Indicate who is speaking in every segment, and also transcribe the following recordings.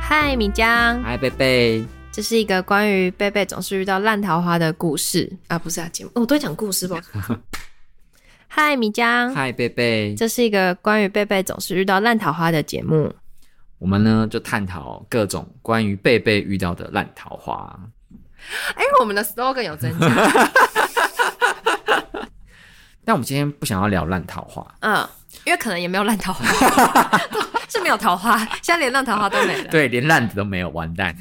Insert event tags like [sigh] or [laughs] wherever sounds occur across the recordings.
Speaker 1: 嗨，米江，
Speaker 2: 嗨，贝贝，
Speaker 1: 这是一个关于贝贝总是遇到烂桃花的故事啊，不是啊，节目、哦我都在讲故 [laughs] 事吧。嗨，米江，
Speaker 2: 嗨，贝贝，
Speaker 1: 这是一个关于贝贝总是遇到烂桃花的节目。
Speaker 2: 我们呢就探讨各种关于贝贝遇到的烂桃花。
Speaker 1: 哎、我们的 slogan 有增加，
Speaker 2: 但我们今天不想要聊烂桃花，
Speaker 1: [laughs] 嗯，因为可能也没有烂桃花， [laughs] 是没有桃花，现在连烂桃花都没了。
Speaker 2: 对，连烂的都没有，完蛋。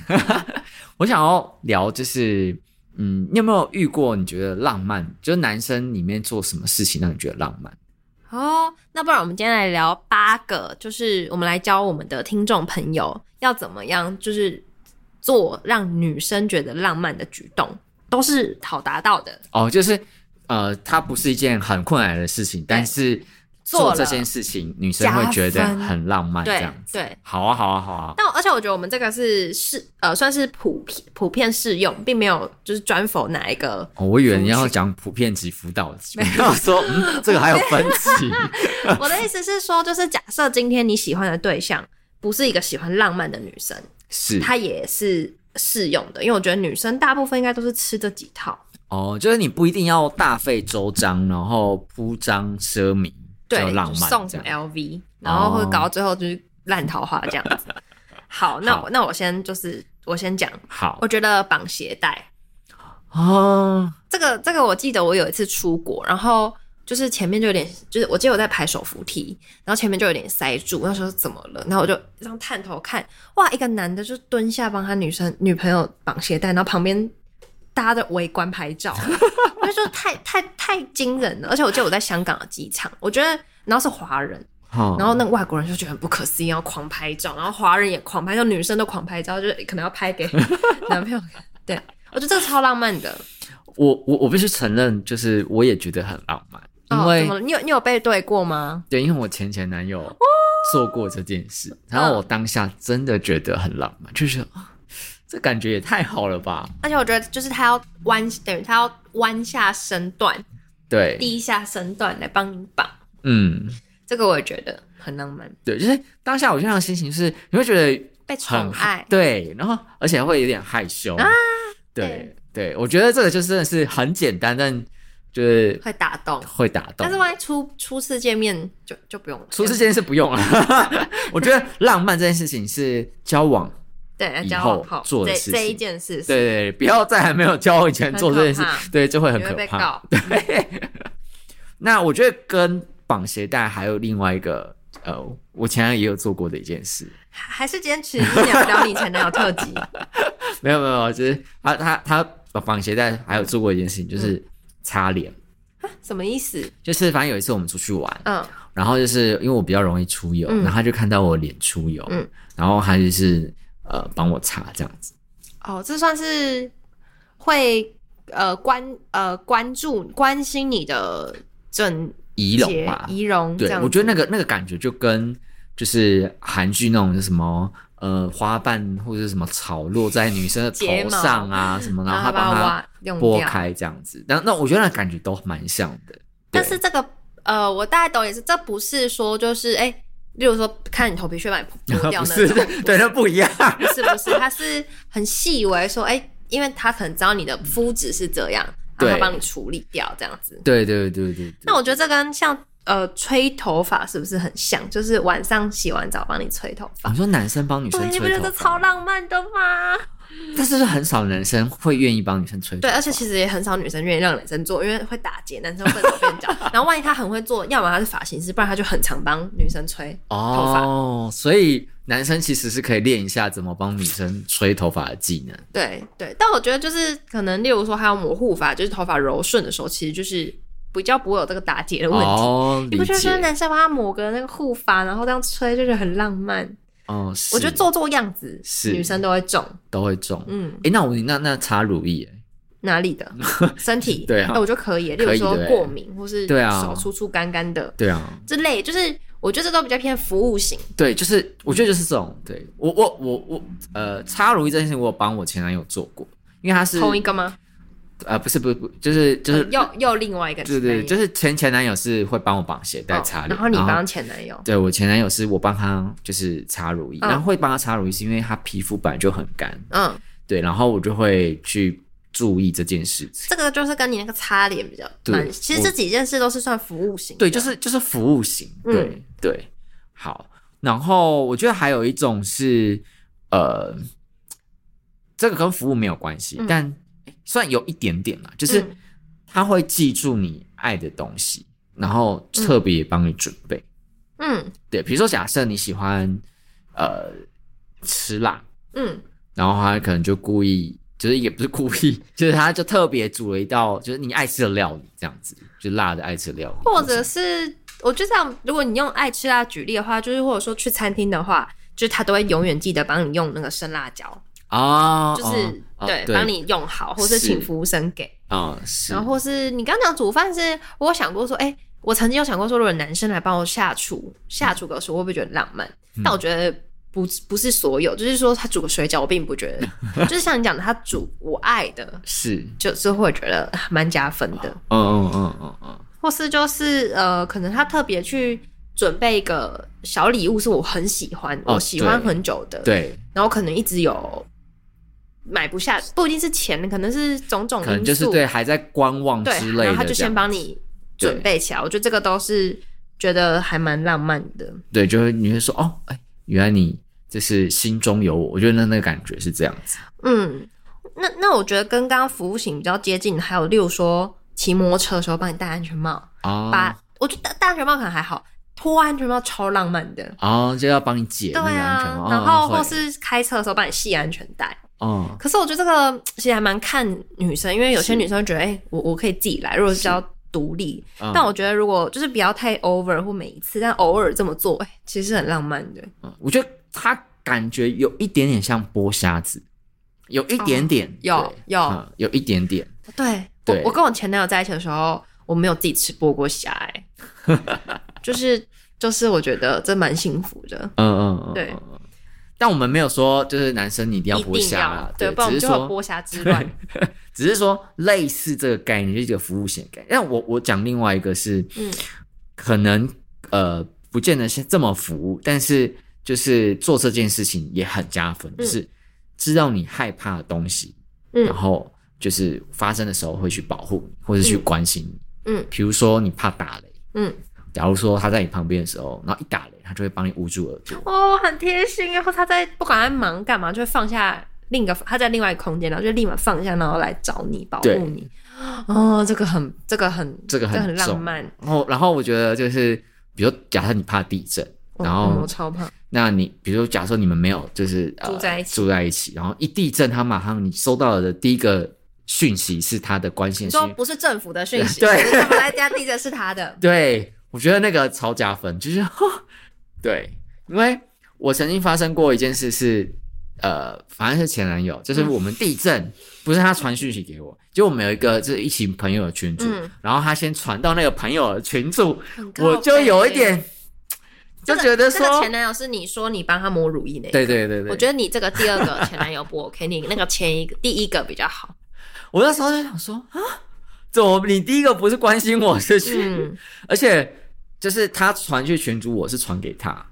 Speaker 2: [laughs] 我想要聊就是，嗯，你有没有遇过你觉得浪漫，就是男生里面做什么事情让你觉得浪漫？
Speaker 1: [laughs] 哦，那不然我们今天来聊八个，就是我们来教我们的听众朋友要怎么样，就是做让女生觉得浪漫的举动，都是好达到的。
Speaker 2: 哦，就是呃，它不是一件很困难的事情，但是
Speaker 1: 做
Speaker 2: 做
Speaker 1: 了
Speaker 2: 这件事情，女生会觉得
Speaker 1: 加分
Speaker 2: 很浪漫，这
Speaker 1: 对
Speaker 2: 样子。
Speaker 1: 对。
Speaker 2: 好啊，好啊，好啊。
Speaker 1: 但而且我觉得我们这个是是呃，算是普遍普遍适用，并没有就是专否哪一个。
Speaker 2: 哦，我以为你要讲普遍级辅导级，我说嗯，这个还有分
Speaker 1: [laughs]
Speaker 2: 级。
Speaker 1: 我的意思是说，就是假设今天你喜欢的对象不是一个喜欢浪漫的女生，
Speaker 2: 是
Speaker 1: 她也是适用的，因为我觉得女生大部分应该都是吃这几套。
Speaker 2: 哦，就是你不一定要大费周章，然后铺张奢靡，
Speaker 1: 对，
Speaker 2: 就浪
Speaker 1: 就是
Speaker 2: 漫
Speaker 1: 送
Speaker 2: 这
Speaker 1: 什么
Speaker 2: 样。
Speaker 1: LV，然后会
Speaker 2: 哦
Speaker 1: 搞到最后就是烂桃花这样
Speaker 2: [laughs]
Speaker 1: 子。好，那
Speaker 2: 好
Speaker 1: 我那我先就是我先讲，
Speaker 2: 好
Speaker 1: 我觉得绑鞋带
Speaker 2: 哦，
Speaker 1: 这个这个，我记得我有一次出国，然后就是前面就有点，就是我记得我在排手扶梯，然后前面就有点塞住，那时候怎么了？然后我就这样探头看，哇，一个男的就蹲下帮他女生女朋友绑鞋带，然后旁边大家在围观拍照，那就太太太惊人了。而且我记得我在香港的机场，我觉得然后是华人。
Speaker 2: 好，
Speaker 1: 然后那个外国人就觉得很不可思议，要狂拍照，然后华人也狂拍照，女生都狂拍照，就是可能要拍给 [laughs] 男朋友看。对，我觉得这个超浪漫的。
Speaker 2: 我我我必须承认，就是我也觉得很浪漫，因
Speaker 1: 哦、
Speaker 2: 为、
Speaker 1: 怎么了？你哦有你有被对过吗？
Speaker 2: 对，因为我前前男友做过这件事，然后我当下真的觉得很浪漫，就是啊这感觉也太好了吧？
Speaker 1: 而且我觉得就是他要弯，等于他要弯下身段，
Speaker 2: 对，
Speaker 1: 低下身段来帮你绑，
Speaker 2: 嗯，
Speaker 1: 这个我也觉得很浪漫，
Speaker 2: 对，就是当下我就那种心情是，你会觉得
Speaker 1: 被
Speaker 2: 很
Speaker 1: 宠爱。
Speaker 2: 对，然后而且会有点害羞
Speaker 1: 啊
Speaker 2: 对对，我觉得这个就真的是很简单，但就是
Speaker 1: 会打动。
Speaker 2: 会打动
Speaker 1: 但是。万一初初次见面就就不用了，
Speaker 2: 出事这件事不用了，啊
Speaker 1: [laughs]
Speaker 2: 我觉得浪漫这件事情是交往，
Speaker 1: 对
Speaker 2: 以
Speaker 1: 交往
Speaker 2: 后
Speaker 1: 后
Speaker 2: 做的
Speaker 1: 这
Speaker 2: 事
Speaker 1: 这一
Speaker 2: 情
Speaker 1: 件事
Speaker 2: 对
Speaker 1: 是
Speaker 2: 对，对不要在还没有交往以前
Speaker 1: 很
Speaker 2: 做这件
Speaker 1: 可怕
Speaker 2: 事，对，就会很
Speaker 1: 你会
Speaker 2: 可
Speaker 1: 被
Speaker 2: 怕。
Speaker 1: 告。
Speaker 2: 那我觉得跟绑鞋带还有另外一个，呃，我前男友也有做过的一件事，
Speaker 1: 还是坚持一聊聊你前男友特辑， [laughs]
Speaker 2: 没有没有，就是他他他绑鞋带还有做过一件事情，就是擦脸，
Speaker 1: 什么意思？
Speaker 2: 就是反正有一次我们出去玩，
Speaker 1: 嗯，
Speaker 2: 然后就是因为我比较容易出油，
Speaker 1: 嗯
Speaker 2: 然后他就看到我脸出油，
Speaker 1: 嗯
Speaker 2: 然后他就是呃帮我擦这样子。
Speaker 1: 哦，这算是会呃关呃关注关心你的整
Speaker 2: 仪容
Speaker 1: 洁
Speaker 2: 吧，
Speaker 1: 仪容这
Speaker 2: 对
Speaker 1: 样，子。
Speaker 2: 我觉得那个那个感觉就跟就是韩剧那种就什么呃花瓣或者是什么草落在女生的
Speaker 1: 睫
Speaker 2: 头
Speaker 1: 毛
Speaker 2: 上啊什么，然后
Speaker 1: 然后
Speaker 2: 他
Speaker 1: 把它
Speaker 2: 帮她
Speaker 1: 挖用
Speaker 2: 拨
Speaker 1: 掉
Speaker 2: 开这样子，但那我觉得那感觉都蛮像
Speaker 1: [laughs]
Speaker 2: 的。对
Speaker 1: 但是这个呃，我大概懂也是，这不是说就是哎、例如说看你头皮屑把你剥掉
Speaker 2: [laughs] 不
Speaker 1: 那
Speaker 2: 是
Speaker 1: 种，，
Speaker 2: 对，那不一样。
Speaker 1: 不是不是，它是很细微说哎、因为他可能知道你的肤质是这样，然
Speaker 2: 对
Speaker 1: 后它帮你处理掉这样子。
Speaker 2: 对对对对对。
Speaker 1: 那我觉得这跟像呃吹头发是不是很像？就是晚上洗完澡帮你吹头发
Speaker 2: 嗯你，说男生帮女生
Speaker 1: 对，你不
Speaker 2: 吹
Speaker 1: 觉
Speaker 2: 头
Speaker 1: 得
Speaker 2: 发
Speaker 1: 超，浪漫的吗？
Speaker 2: 但是就很少男生会愿意帮女生吹头
Speaker 1: 对，而且其实也很少女生愿意让男生做，因为会打结，男生笨手笨
Speaker 2: [laughs]
Speaker 1: 脚。然后万一他很会做，要么他是发型师，不然他就很常帮女生吹。头发
Speaker 2: 哦，所以男生其实是可以练一下怎么帮女生吹头发的技能。
Speaker 1: 对对，但我觉得就是可能，例如说还有抹护发，就是头发柔顺的时候，其实就是比较不会有这个打结的问题。
Speaker 2: 哦，
Speaker 1: 你
Speaker 2: 理
Speaker 1: 不觉得就是
Speaker 2: 解。
Speaker 1: 男生帮他抹个那个护发，然后这样吹，就是很浪漫？
Speaker 2: 哦，是
Speaker 1: 我觉得做做样子，
Speaker 2: 是
Speaker 1: 女生都会中。
Speaker 2: 都会中。哎、
Speaker 1: 嗯，
Speaker 2: 那我那那擦乳液耶，
Speaker 1: 哪里
Speaker 2: [laughs]
Speaker 1: 的身体？
Speaker 2: 对啊
Speaker 1: 那我就可以，例如
Speaker 2: 可以
Speaker 1: 说
Speaker 2: 对
Speaker 1: 过敏或是
Speaker 2: 对啊
Speaker 1: 手粗粗干干的
Speaker 2: 对啊，
Speaker 1: 之类，就是我觉得这都比较偏服务型。
Speaker 2: 对，就是我觉得就是这种。对我我我我呃，擦乳液这件事情，我有帮我前男友做过，因为他是
Speaker 1: 同一个吗？
Speaker 2: 呃，不是不是不，就是就是
Speaker 1: 呃又又另外一个
Speaker 2: 对
Speaker 1: 前男
Speaker 2: 对，
Speaker 1: 友
Speaker 2: 就是前前男友是会帮我绑鞋带
Speaker 1: 哦
Speaker 2: 插乳，
Speaker 1: 然后你帮前男友，
Speaker 2: 对我前男友是我帮他就是擦乳液，
Speaker 1: 嗯
Speaker 2: 然后会帮他擦乳液是因为他皮肤本来就很干，
Speaker 1: 嗯，
Speaker 2: 对，然后我就会去注意这件事情。
Speaker 1: 这个就是跟你那个擦脸比较
Speaker 2: 对
Speaker 1: 蛮，其实
Speaker 2: 我
Speaker 1: 这几件事都是算服务型的，
Speaker 2: 对，就是就是服务型，
Speaker 1: 嗯
Speaker 2: 对、对，好。然后我觉得还有一种是，呃，这个跟服务没有关系，
Speaker 1: 嗯
Speaker 2: 但算有一点点啦，就是
Speaker 1: 嗯
Speaker 2: 他会记住你爱的东西，然后特别帮你准备。
Speaker 1: 嗯
Speaker 2: 对，比如说假设你喜欢呃吃辣，
Speaker 1: 嗯
Speaker 2: 然后他可能就故意，就是也不是故意，就是他就特别煮了一道就是你爱吃的料理，这样子，就辣的爱吃的料理，
Speaker 1: 或者是我就这样，如果你用爱吃辣举例的话，就是或者说去餐厅的话，就是他都会永远记得帮你用那个生辣椒，
Speaker 2: 啊，
Speaker 1: 就是
Speaker 2: 哦
Speaker 1: 对，
Speaker 2: 哦
Speaker 1: 帮你用好，或是
Speaker 2: 是
Speaker 1: 请服务生给。
Speaker 2: 啊、是，
Speaker 1: 然后或是你刚刚讲煮饭是，我有想过说，哎、我曾经有想过说，如果男生来帮我下厨，
Speaker 2: 嗯
Speaker 1: 下厨个时候会不会觉得浪漫？但我觉得不不是所有，就是说他煮个水饺，我并不觉
Speaker 2: [laughs]
Speaker 1: 得，就是像你讲的，他煮我爱的，
Speaker 2: 是，
Speaker 1: 就是会觉得啊蛮加分的，
Speaker 2: 嗯嗯嗯嗯嗯，
Speaker 1: 或是就是呃，可能他特别去准备一个小礼物，是我很喜欢，
Speaker 2: 哦
Speaker 1: 我喜欢
Speaker 2: 对
Speaker 1: 很久的，，
Speaker 2: 对，
Speaker 1: 然后可能一直有。买不下，不一定是钱，可能是种种因
Speaker 2: 可
Speaker 1: 素，
Speaker 2: 能就是对还在观望
Speaker 1: 对
Speaker 2: 之，类
Speaker 1: 然
Speaker 2: 的，
Speaker 1: 后他就先帮，你准备起来。我觉得这个都是觉得还蛮浪漫的。
Speaker 2: 对，就会你会说哦，哎，原来你就是心中有我，我觉得那那个感觉是这样子，
Speaker 1: 嗯，那那我觉得跟刚刚服务型比较接近，还有例如说骑摩托车的时候帮你戴安全帽，
Speaker 2: 哦，
Speaker 1: 把、我觉得戴戴安全帽可能还好，脱安全帽超浪漫的。
Speaker 2: 哦，就要帮你解
Speaker 1: 对
Speaker 2: 那个安全
Speaker 1: 啊
Speaker 2: 帽，，
Speaker 1: 然后
Speaker 2: 哦
Speaker 1: 或，是开车的时候帮你系安全带。
Speaker 2: 哦，
Speaker 1: 可是我觉得这个其实还蛮看女生，因为有些女生会觉得，哎、我我可以自己来，如果是比较独立，
Speaker 2: 嗯
Speaker 1: 但我觉得如果就是不要太 over 或每一次，但偶尔这么做，哎、其实是很浪漫的。
Speaker 2: 嗯我觉得他感觉有一点点像剥虾子，有一点点，
Speaker 1: 哦有
Speaker 2: 对
Speaker 1: 有
Speaker 2: 嗯有一点点，
Speaker 1: 对，
Speaker 2: 对
Speaker 1: 我我跟我前男友在一起的时候，我没有自己吃剥过虾、哎，
Speaker 2: [laughs]
Speaker 1: 就是就是我觉得这蛮幸福的，
Speaker 2: 嗯嗯嗯，
Speaker 1: 对
Speaker 2: 嗯。嗯但我们没有说，就是男生你一定要
Speaker 1: 一
Speaker 2: 剥
Speaker 1: 定
Speaker 2: 虾
Speaker 1: 要
Speaker 2: 啦，
Speaker 1: 对，不然我
Speaker 2: 只
Speaker 1: 们
Speaker 2: 是
Speaker 1: 就会
Speaker 2: 说
Speaker 1: 有剥虾之乱。
Speaker 2: [laughs] 只是说类似这个概念，就是一个服务型的概念。但我我讲另外一个是，
Speaker 1: 嗯
Speaker 2: 可能呃不见得是这么服务，但是就是做这件事情也很加分，就是知道你害怕的东西，
Speaker 1: 嗯
Speaker 2: 然后就是发生的时候会去保护你，或者去关心你。
Speaker 1: 嗯
Speaker 2: 比如说你怕打雷，
Speaker 1: 嗯，
Speaker 2: 假如说他在你旁边的时候，然后一打雷，他就会帮你捂住耳朵。
Speaker 1: 哦，很贴心。然后他在不管他忙干嘛，就会放下另一个他在另外一个空间，然后就立马放下，然后来找你保护
Speaker 2: 对
Speaker 1: 你。哦，这个很这个很
Speaker 2: 这个很
Speaker 1: 很浪
Speaker 2: 重
Speaker 1: 漫。
Speaker 2: 然后，然后我觉得就是，比如假设你怕地震，
Speaker 1: 我
Speaker 2: 然后、
Speaker 1: 嗯我超怕，
Speaker 2: 那你比如说，假设你们没有就是、呃
Speaker 1: 住在一起
Speaker 2: 住在一起，然后一地震，他马上你收到的第一个讯息是他的关
Speaker 1: 你
Speaker 2: 键
Speaker 1: 说
Speaker 2: 讯，
Speaker 1: 不是政府的讯息，
Speaker 2: 对
Speaker 1: 是他们来家地震是他的，
Speaker 2: 对我觉得那个超加分，就是 [laughs] 对，因为我曾经发生过一件事是，呃，反正是前男友，
Speaker 1: 嗯
Speaker 2: 就是我们地震，不是他传讯息给我，就我们有一个就是一起朋友的群组，
Speaker 1: 嗯
Speaker 2: 然后他先传到那个朋友的群组，
Speaker 1: 很靠
Speaker 2: 我就有一
Speaker 1: 北
Speaker 2: 点就
Speaker 1: 这个
Speaker 2: 觉得说，
Speaker 1: 这个前男友是你说你帮他抹乳液那个，
Speaker 2: 对对对对，
Speaker 1: 我觉得你这个第二个前男友不 OK，你那个前一个第一个比较
Speaker 2: [laughs]
Speaker 1: 好。
Speaker 2: 我那时候就想说啊，怎么你第一个不是关心我是去，
Speaker 1: 嗯，
Speaker 2: 而且就是他传去群主，我是传给他，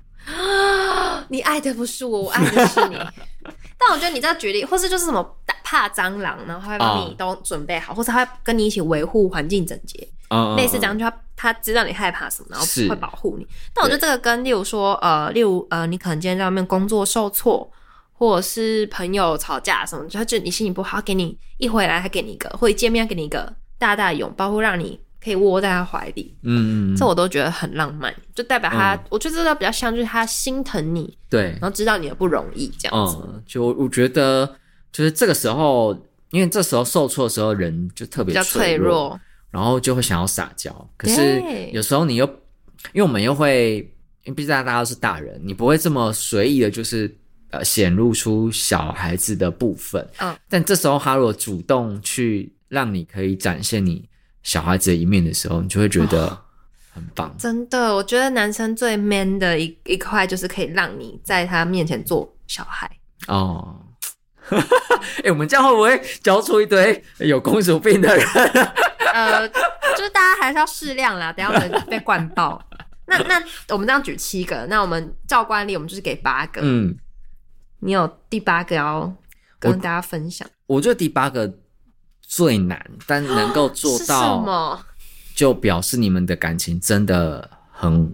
Speaker 1: 你爱的不是我，我爱的是你。 [laughs] 但我觉得你这个举例，或是就是什么怕蟑螂，然后他会帮你
Speaker 2: 哦
Speaker 1: 都准备好，或是他会跟你一起维护环境整洁，
Speaker 2: 嗯，嗯
Speaker 1: 类似这样，，就他他知道你害怕什么，然后
Speaker 2: 是
Speaker 1: 会保护你。但我觉得这个跟例如说呃，例如呃，你可能今天在外面工作受挫。或者是朋友吵架什么，他就你心情不好，给你一回来还给你一个，或一见面给你一个大大拥抱，或让你可以窝在他怀里。
Speaker 2: 嗯嗯，
Speaker 1: 这
Speaker 2: 嗯
Speaker 1: 我都觉得很浪漫，就代表他，
Speaker 2: 嗯
Speaker 1: 我觉得这个比较像，就是他心疼你，
Speaker 2: 对，
Speaker 1: 然后知道你的不容易这样子。
Speaker 2: 嗯，就我觉得就是这个时候，因为这时候受挫的时候，人就特
Speaker 1: 比
Speaker 2: 别
Speaker 1: 较脆
Speaker 2: 弱，
Speaker 1: 弱，
Speaker 2: 然后就会想要撒娇，可是
Speaker 1: 对
Speaker 2: 有时候你又，因为我们又会，因为毕竟大家都是大人，你不会这么随意的，就是呃显露出小孩子的部分。
Speaker 1: 嗯，
Speaker 2: 但这时候哈罗主动去让你可以展现你小孩子的一面的时候，你就会觉
Speaker 1: 哦
Speaker 2: 得很棒。
Speaker 1: 真的，我觉得男生最 man 的一一块就是可以让你在他面前做小孩，
Speaker 2: 哦， [laughs] 哎、我们这样会不会教出一堆有公主病的人？
Speaker 1: 呃， [laughs] 就是大家还是要适量啦，等一下我们被灌爆。那那我们这样举七个，那我们照惯例，我们就是给八个。
Speaker 2: 嗯，
Speaker 1: 你有第八个要跟大家分享
Speaker 2: 我觉得第八个最难，但能够做
Speaker 1: 是什
Speaker 2: 到，
Speaker 1: 么？
Speaker 2: 就表示你们的感情真的很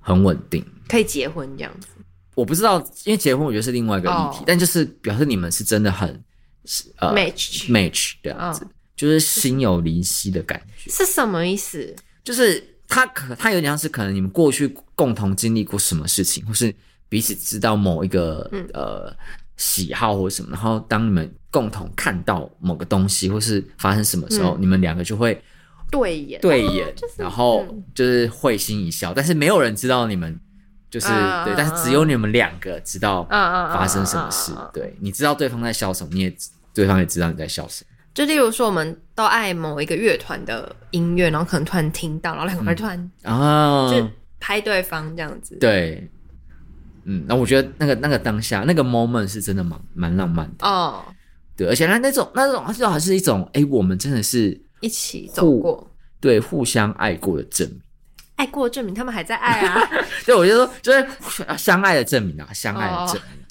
Speaker 2: 很稳定。
Speaker 1: 可以结婚这样子？
Speaker 2: 我不知道，因为结婚我觉得是另外一个议题
Speaker 1: 哦
Speaker 2: 但就是表示你们是真的很是呃
Speaker 1: match
Speaker 2: match 这样子，
Speaker 1: 嗯
Speaker 2: 就是心有灵犀的感觉，
Speaker 1: 是什么意思？
Speaker 2: 就是他可他有点像是可能你们过去共同经历过什么事情，或是彼此知道某一个、
Speaker 1: 嗯
Speaker 2: 呃喜好或什么，然后当你们共同看到某个东西或是发生什么时候，
Speaker 1: 嗯
Speaker 2: 你们两个就会
Speaker 1: 对眼，
Speaker 2: 对眼，
Speaker 1: 就是
Speaker 2: 然后
Speaker 1: 嗯
Speaker 2: 就是会心一笑，但是没有人知道你们就是、
Speaker 1: 啊
Speaker 2: 对
Speaker 1: 啊，
Speaker 2: 但是只有你们两个知道
Speaker 1: 啊啊啊
Speaker 2: 发生什么事。
Speaker 1: 啊啊啊
Speaker 2: 对，你知道对方在笑什么，你也对方也知道你在笑什么。
Speaker 1: 就例如说，我们都爱某一个乐团的音乐，然后可能突然听到，然后两个人突然
Speaker 2: 啊，
Speaker 1: 就拍对方这样子。
Speaker 2: 对，嗯，那我觉得那个那个当下那个 moment 是真的蛮蛮浪漫的，
Speaker 1: 哦，对
Speaker 2: 对，而且他那种那种就好像是一种，哎，我们真的是
Speaker 1: 一起走过，
Speaker 2: 对互相爱过的证明。
Speaker 1: 爱过证明他们还在爱
Speaker 2: [laughs]
Speaker 1: 啊，
Speaker 2: 对，我就说就是相爱的证明啊，相爱的证
Speaker 1: 哦
Speaker 2: 明，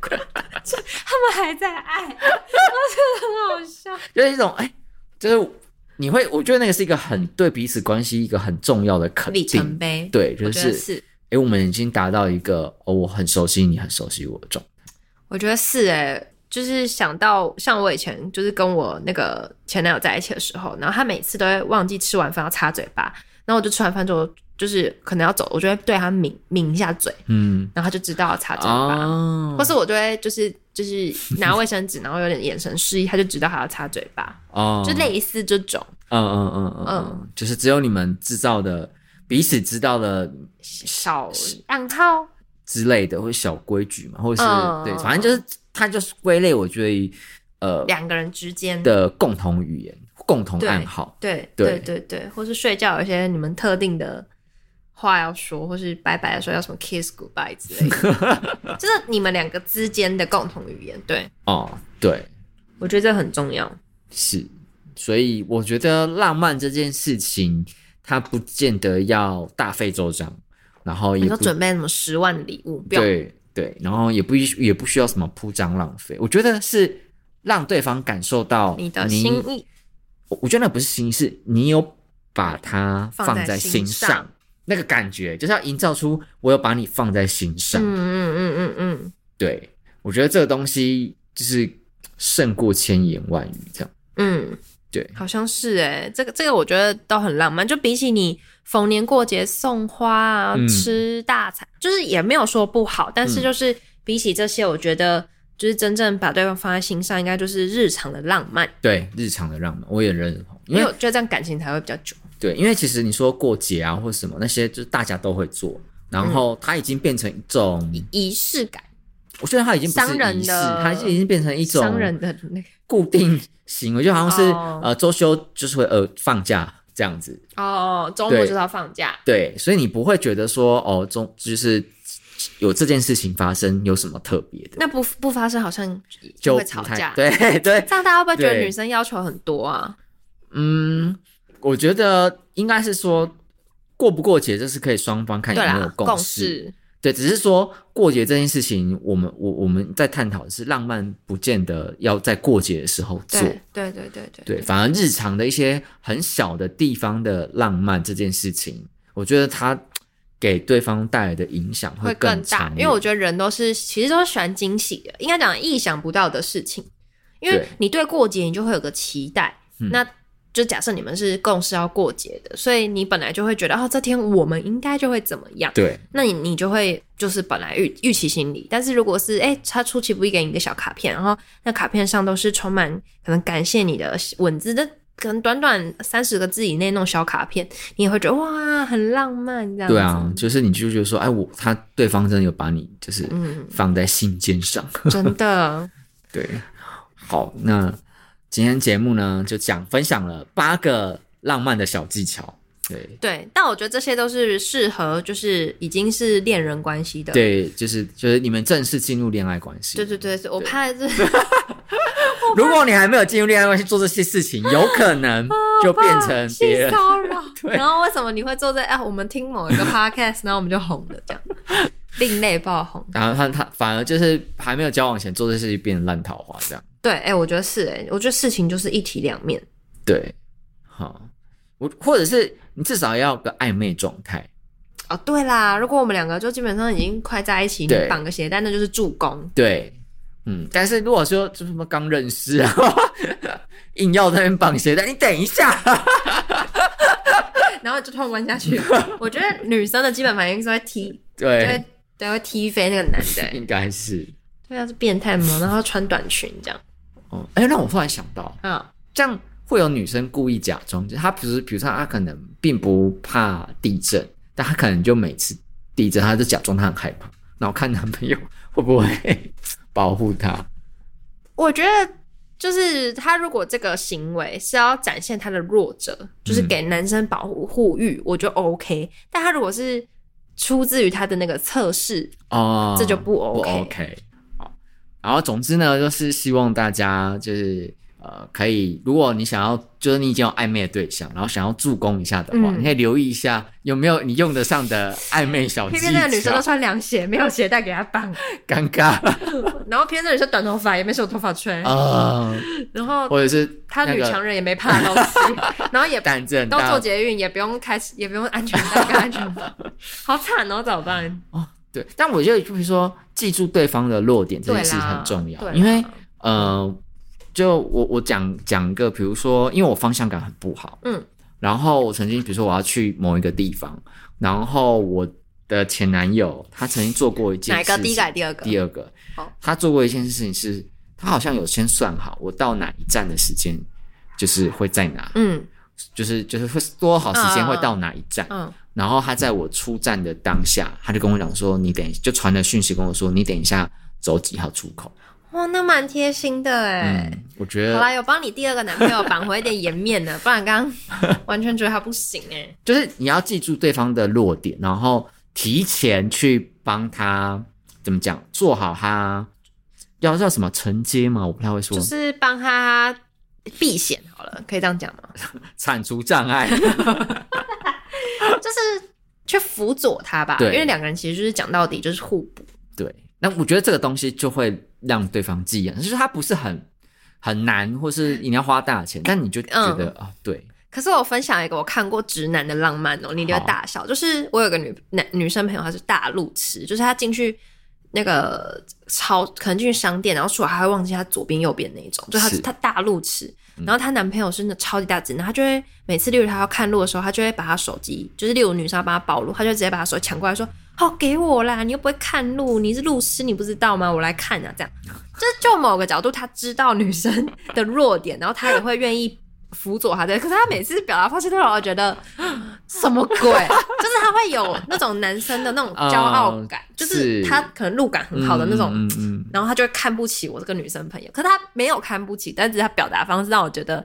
Speaker 2: 对，
Speaker 1: 他们还在爱，我觉得很好笑。
Speaker 2: 就是一种哎，就是你会，我觉得那个是一个很对彼此关系一个很重要的肯
Speaker 1: 里程
Speaker 2: 定，
Speaker 1: 碑，，
Speaker 2: 对，就
Speaker 1: 我觉得
Speaker 2: 是
Speaker 1: 是，
Speaker 2: 哎、我们已经达到一个哦，我很熟悉你，很熟悉我的状态。
Speaker 1: 我觉得是哎、就是想到像我以前就是跟我那个前男友在一起的时候，然后他每次都会忘记吃完饭要擦嘴巴，然后我就吃完饭之后就是可能要走，我就会对他抿抿一下嘴，
Speaker 2: 嗯，
Speaker 1: 然后他就知道要擦嘴巴。
Speaker 2: 哦
Speaker 1: 或是我就会就是就是拿卫生纸，然后有点眼神示意，他就知道他要擦嘴巴，
Speaker 2: 哦
Speaker 1: 就类似这种
Speaker 2: 嗯嗯嗯嗯嗯，就是只有你们制造的彼此知道的
Speaker 1: 小暗号。
Speaker 2: 之类的，或者小规矩嘛，或者是、
Speaker 1: 嗯
Speaker 2: 对，反正就是它就是归类，我觉得呃
Speaker 1: 两个人之间
Speaker 2: 的共同语言、共同暗号。
Speaker 1: 对对
Speaker 2: 对
Speaker 1: 对对，或是睡觉有一些你们特定的话要说，或是拜拜的时候要什么 kiss goodbye 之类的，
Speaker 2: [laughs]
Speaker 1: 就是你们两个之间的共同语言。对
Speaker 2: 哦，对，
Speaker 1: 我觉得这很重要。
Speaker 2: 是，所以我觉得浪漫这件事情，它不见得要大费周章，然后
Speaker 1: 哦你
Speaker 2: 也
Speaker 1: 说
Speaker 2: 不
Speaker 1: 准备什么十万的礼物，不用
Speaker 2: 对对，然后也不需也不需要什么铺张浪费，我觉得是让对方感受到
Speaker 1: 你的心意，
Speaker 2: 我我觉得那不是心，是你有把它
Speaker 1: 放
Speaker 2: 放
Speaker 1: 在
Speaker 2: 在
Speaker 1: 心
Speaker 2: 心
Speaker 1: 上
Speaker 2: 那个感觉，就是要营造出我有把你放在心上。
Speaker 1: 嗯嗯嗯嗯嗯
Speaker 2: 对我觉得这个东西就是胜过千言万语这样。
Speaker 1: 嗯，
Speaker 2: 对，
Speaker 1: 好像是哎、这个这个我觉得都很浪漫，就比起你逢年过节送花啊、
Speaker 2: 嗯
Speaker 1: 吃大餐，就是也没有说不好，但是
Speaker 2: 嗯
Speaker 1: 就是比起这些，我觉得就是真正把对方放在心上，应该就是日常的浪漫，
Speaker 2: 对，日常的浪漫我也认同，因
Speaker 1: 因
Speaker 2: 为
Speaker 1: 为我觉得这样感情才会比较久。
Speaker 2: 对，因为其实你说过节啊或什么那些，就是大家都会做，然
Speaker 1: 嗯
Speaker 2: 后它已经变成一种，
Speaker 1: 仪式感，
Speaker 2: 我觉得它已经不是
Speaker 1: 商人
Speaker 2: 仪式，
Speaker 1: 的
Speaker 2: 它已经变成一种
Speaker 1: 商人的
Speaker 2: [laughs]
Speaker 1: 那个
Speaker 2: 固定行为，就好像是、
Speaker 1: 哦
Speaker 2: 呃周休就是会呃放假这样子，
Speaker 1: 哦，周末
Speaker 2: 对
Speaker 1: 就是要放假，
Speaker 2: 对，所以你不会觉得说哦，中就是有这件事情发生有什么特别的，
Speaker 1: 那不不发生好像
Speaker 2: 就
Speaker 1: 会吵
Speaker 2: 不太
Speaker 1: 架。
Speaker 2: 对 [laughs] 对，
Speaker 1: 这样大家会不会觉得
Speaker 2: 对
Speaker 1: 女生要求很多啊？
Speaker 2: 嗯，我觉得应该是说过不过节，这是可以双方看有
Speaker 1: 对
Speaker 2: 没有
Speaker 1: 啦，共
Speaker 2: 识。
Speaker 1: 识，
Speaker 2: 对，只是说过节这件事情，我们我我们在探讨的是浪漫，不见得要在过节的时候做。
Speaker 1: 对对对对对
Speaker 2: 对，反而日常的一些很小的地方的浪漫这件事情，我觉得它给对方带来的影响
Speaker 1: 会更
Speaker 2: 更
Speaker 1: 大，
Speaker 2: 长
Speaker 1: 因为我
Speaker 2: 远
Speaker 1: 觉得人都是其实都是喜欢惊喜的，应该讲意想不到的事情，因为
Speaker 2: 对
Speaker 1: 你对过节你就会有个期待，
Speaker 2: 嗯
Speaker 1: 那就假设你们是共识要过节的，所以你本来就会觉得哦，这天我们应该就会怎么样，
Speaker 2: 对
Speaker 1: 那你你就会就是本来预预期心理，但是如果是哎、他出其不意给你一个小卡片，然后那卡片上都是充满可能感谢你的文字那可能短短三十个字以内那种小卡片，你也会觉得哇，很浪漫这样子。
Speaker 2: 对啊，就是你就觉得说，哎，我他对方真的有把你就是
Speaker 1: 嗯，
Speaker 2: 放在心尖上。
Speaker 1: 真的。
Speaker 2: 对，好，那今天节目呢就讲分享了八个浪漫的小技巧，对
Speaker 1: 对，但我觉得这些都是适合，就是已经是恋人关系的。
Speaker 2: 对，就是就是你们正式进入恋爱关系。
Speaker 1: 对对对，我怕这 [laughs]
Speaker 2: 如果你还没有进入恋爱关系做这些事情，有可能
Speaker 1: 啊
Speaker 2: 就变成
Speaker 1: 性
Speaker 2: 别人。
Speaker 1: 骚扰。
Speaker 2: [laughs] 对
Speaker 1: 然后为什么你会坐在啊？我们听某一
Speaker 2: [laughs]
Speaker 1: 个 podcast，然后我们就红了，这样另类爆红。
Speaker 2: 然后他他反而就是还没有交往前做这事情变成烂桃花这样。
Speaker 1: 对，哎、我觉得是哎、我觉得事情就是一体两面。
Speaker 2: 对，好，我或者是你至少要有个暧昧状态。
Speaker 1: 哦，对啦，如果我们两个就基本上已经快在一起，你
Speaker 2: 对
Speaker 1: 绑个鞋带那就是助攻。
Speaker 2: 对，嗯，但是如果说就是什么刚认识啊， [laughs] 硬要在那边绑鞋带，你等一下。
Speaker 1: 然后就突然弯下
Speaker 2: [laughs]
Speaker 1: 去。我觉得女生的基本反应是会踢，对
Speaker 2: 对
Speaker 1: 会，对会踢飞那个男的、欸。
Speaker 2: [laughs] 应该是。
Speaker 1: 对啊，是变态吗？然后穿短裙这样
Speaker 2: 哦，哎，让我突然想到，
Speaker 1: 啊，
Speaker 2: 这样会有女生故意假装，就是她不是，比如说她可能并不怕地震，但她可能就每次地震，她就假装她很害怕，然后看男朋友会不会 [laughs] 保护她。
Speaker 1: 我觉得。就是他如果这个行为是要展现他的弱者，
Speaker 2: 嗯
Speaker 1: 就是给男生保护护欲，我就 OK。但他如果是出自于他的那个测试，
Speaker 2: 哦，
Speaker 1: 这就不
Speaker 2: 不
Speaker 1: OK
Speaker 2: OK。好，然后总之呢，就是希望大家就是呃，可以，如果你想要，就是你已经有暧昧的对象，然后想要助攻一下的话，
Speaker 1: 嗯
Speaker 2: 你可以留意一下有没有你用得上的暧昧小技
Speaker 1: 偏
Speaker 2: 巧。
Speaker 1: [laughs] 偏那个女生都穿凉鞋，没有鞋带给她绑， [laughs]
Speaker 2: 尴 [laughs] 尬
Speaker 1: 然后偏偏那个女生短头发也没什么头发吹，
Speaker 2: 啊，
Speaker 1: 然后
Speaker 2: 或者是
Speaker 1: 她
Speaker 2: 那
Speaker 1: 女
Speaker 2: 个
Speaker 1: 强人也没怕东西， [laughs] 然后也
Speaker 2: 胆子很
Speaker 1: 都
Speaker 2: 大
Speaker 1: 做捷运，也不用开始，也不用安全带跟安
Speaker 2: [laughs]
Speaker 1: 全帽，好惨哦，怎么办？
Speaker 2: 哦，对，但我觉得就比如说记住对方的弱点这
Speaker 1: 对
Speaker 2: 件事
Speaker 1: 啦，
Speaker 2: 很重要
Speaker 1: 对，啦
Speaker 2: 因为呃，就我我讲讲一个，比如说，因为我方向感很不好，
Speaker 1: 嗯，
Speaker 2: 然后我曾经比如说我要去某一个地方，然后我的前男友他曾经做过一件
Speaker 1: 哪
Speaker 2: 事
Speaker 1: 一
Speaker 2: 情，
Speaker 1: 个第一个还是第二个？哦
Speaker 2: 第二个
Speaker 1: 好，
Speaker 2: 他做过一件事情是，他好像有先算好我到哪一站的时间，就是会在哪，
Speaker 1: 嗯
Speaker 2: 就是就是会多好时间会到哪一站，
Speaker 1: 嗯，
Speaker 2: 然后他在我出站的当下，他就跟我讲说：“你等一就传了讯息跟我说，你等一下走几号出口。
Speaker 1: 哇，那蛮贴心的哎。
Speaker 2: 嗯，我觉
Speaker 1: 好啦，
Speaker 2: 得
Speaker 1: 有帮你第二个男朋友挽回一点颜面的，不然刚刚完全觉得他不行
Speaker 2: [laughs]
Speaker 1: 哎。
Speaker 2: 就是你要记住对方的弱点，然后提前去帮他怎么讲，做好他要叫什么承接嘛，我不太会说，
Speaker 1: 就是帮他避险好了，可以这样讲吗？
Speaker 2: 铲除
Speaker 1: [laughs]
Speaker 2: 障碍。
Speaker 1: 就是去辅佐他吧，因
Speaker 2: 对
Speaker 1: 为两个人其实就是讲到底就是互补。
Speaker 2: 对，那我觉得这个东西就会让对方记忆，就是他不是很很难，或是你要花大钱，但你就觉
Speaker 1: 嗯
Speaker 2: 得啊、对，
Speaker 1: 可是我分享一个我看过直男的浪漫哦，你就会大笑。就是我有个女男女生朋友，她是大路痴，就是她进去那个超可能进去商店，然后出来还会忘记她左边右边那一种，就她
Speaker 2: 是
Speaker 1: 她大路痴。然后她男朋友是那超级大直男，她就会每次例如她要看路的时候，她就会把她手机，就是例如女生要帮她报路，她就直接把她手机抢过来说：“哦，给我啦，你又不会看路，你是路痴，你不知道吗？我来看啊。”这样，就是就某个角度，他知道女生的弱点，然后他也会愿意辅佐她的。可是他每次表达方式都让我觉
Speaker 2: [laughs]
Speaker 1: 得啊什么鬼， [laughs] 就是他会有那种男生的那种骄傲感，
Speaker 2: 嗯
Speaker 1: 就是他可能路感很好的那种，
Speaker 2: 嗯嗯嗯
Speaker 1: 然后他就会看不起我这个女生朋友。可是他没有看不起，但是他表达方式让我觉得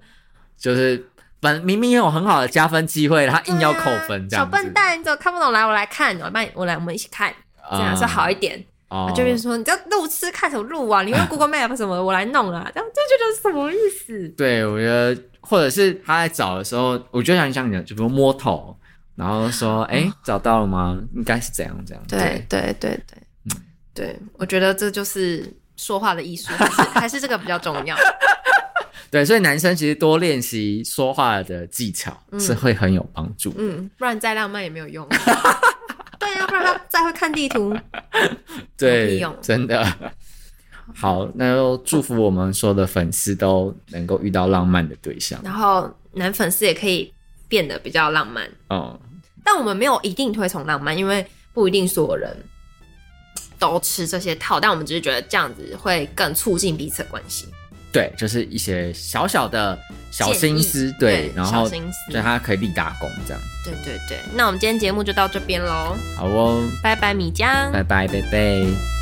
Speaker 2: 就是本明明有很好的加分机会，他硬要扣分这
Speaker 1: 对啊
Speaker 2: 样
Speaker 1: 小
Speaker 2: 子，
Speaker 1: 笨蛋，你怎么看不懂？来，我来看，我帮你，我来，我们一起看，这样是好一点。
Speaker 2: 啊哦
Speaker 1: 他就会说：“你这路痴看什么路啊？你
Speaker 2: [laughs]
Speaker 1: 用 Google Map 什么的？我来弄啦。”这样就觉得什么意思？
Speaker 2: 对，我觉得或者是他在找的时候，我就想像你的，就比如摸头，然后说：“哎、找到了吗？应该是怎样怎样。”
Speaker 1: 对对对对，对我觉得这就是说话的艺术，还是 [laughs] 还是这个比较重要。
Speaker 2: 对，所以男生其实多练习说话的技巧是会很有帮助。
Speaker 1: 嗯，不然再浪漫也没有用。 [laughs] 对啊，不然他再会看地图。有屁
Speaker 2: 对
Speaker 1: 用，
Speaker 2: 真的。好，那就祝福我们所有的粉丝都能够遇到浪漫的对象。
Speaker 1: 然后男粉丝也可以变得比较浪漫，
Speaker 2: 嗯，
Speaker 1: 但我们没有一定推崇浪漫，因为不一定所有人都吃这些套，但我们只是觉得这样子会更促进彼此的关系。
Speaker 2: 对，就是一些小小的小
Speaker 1: 建
Speaker 2: 心
Speaker 1: 议
Speaker 2: 思，对，然后
Speaker 1: 小心思，
Speaker 2: 所以它可以立大功这样。
Speaker 1: 对对对，那我们今天节目就到这边喽，
Speaker 2: 好哦，
Speaker 1: 拜拜，米江，
Speaker 2: 拜拜，拜拜。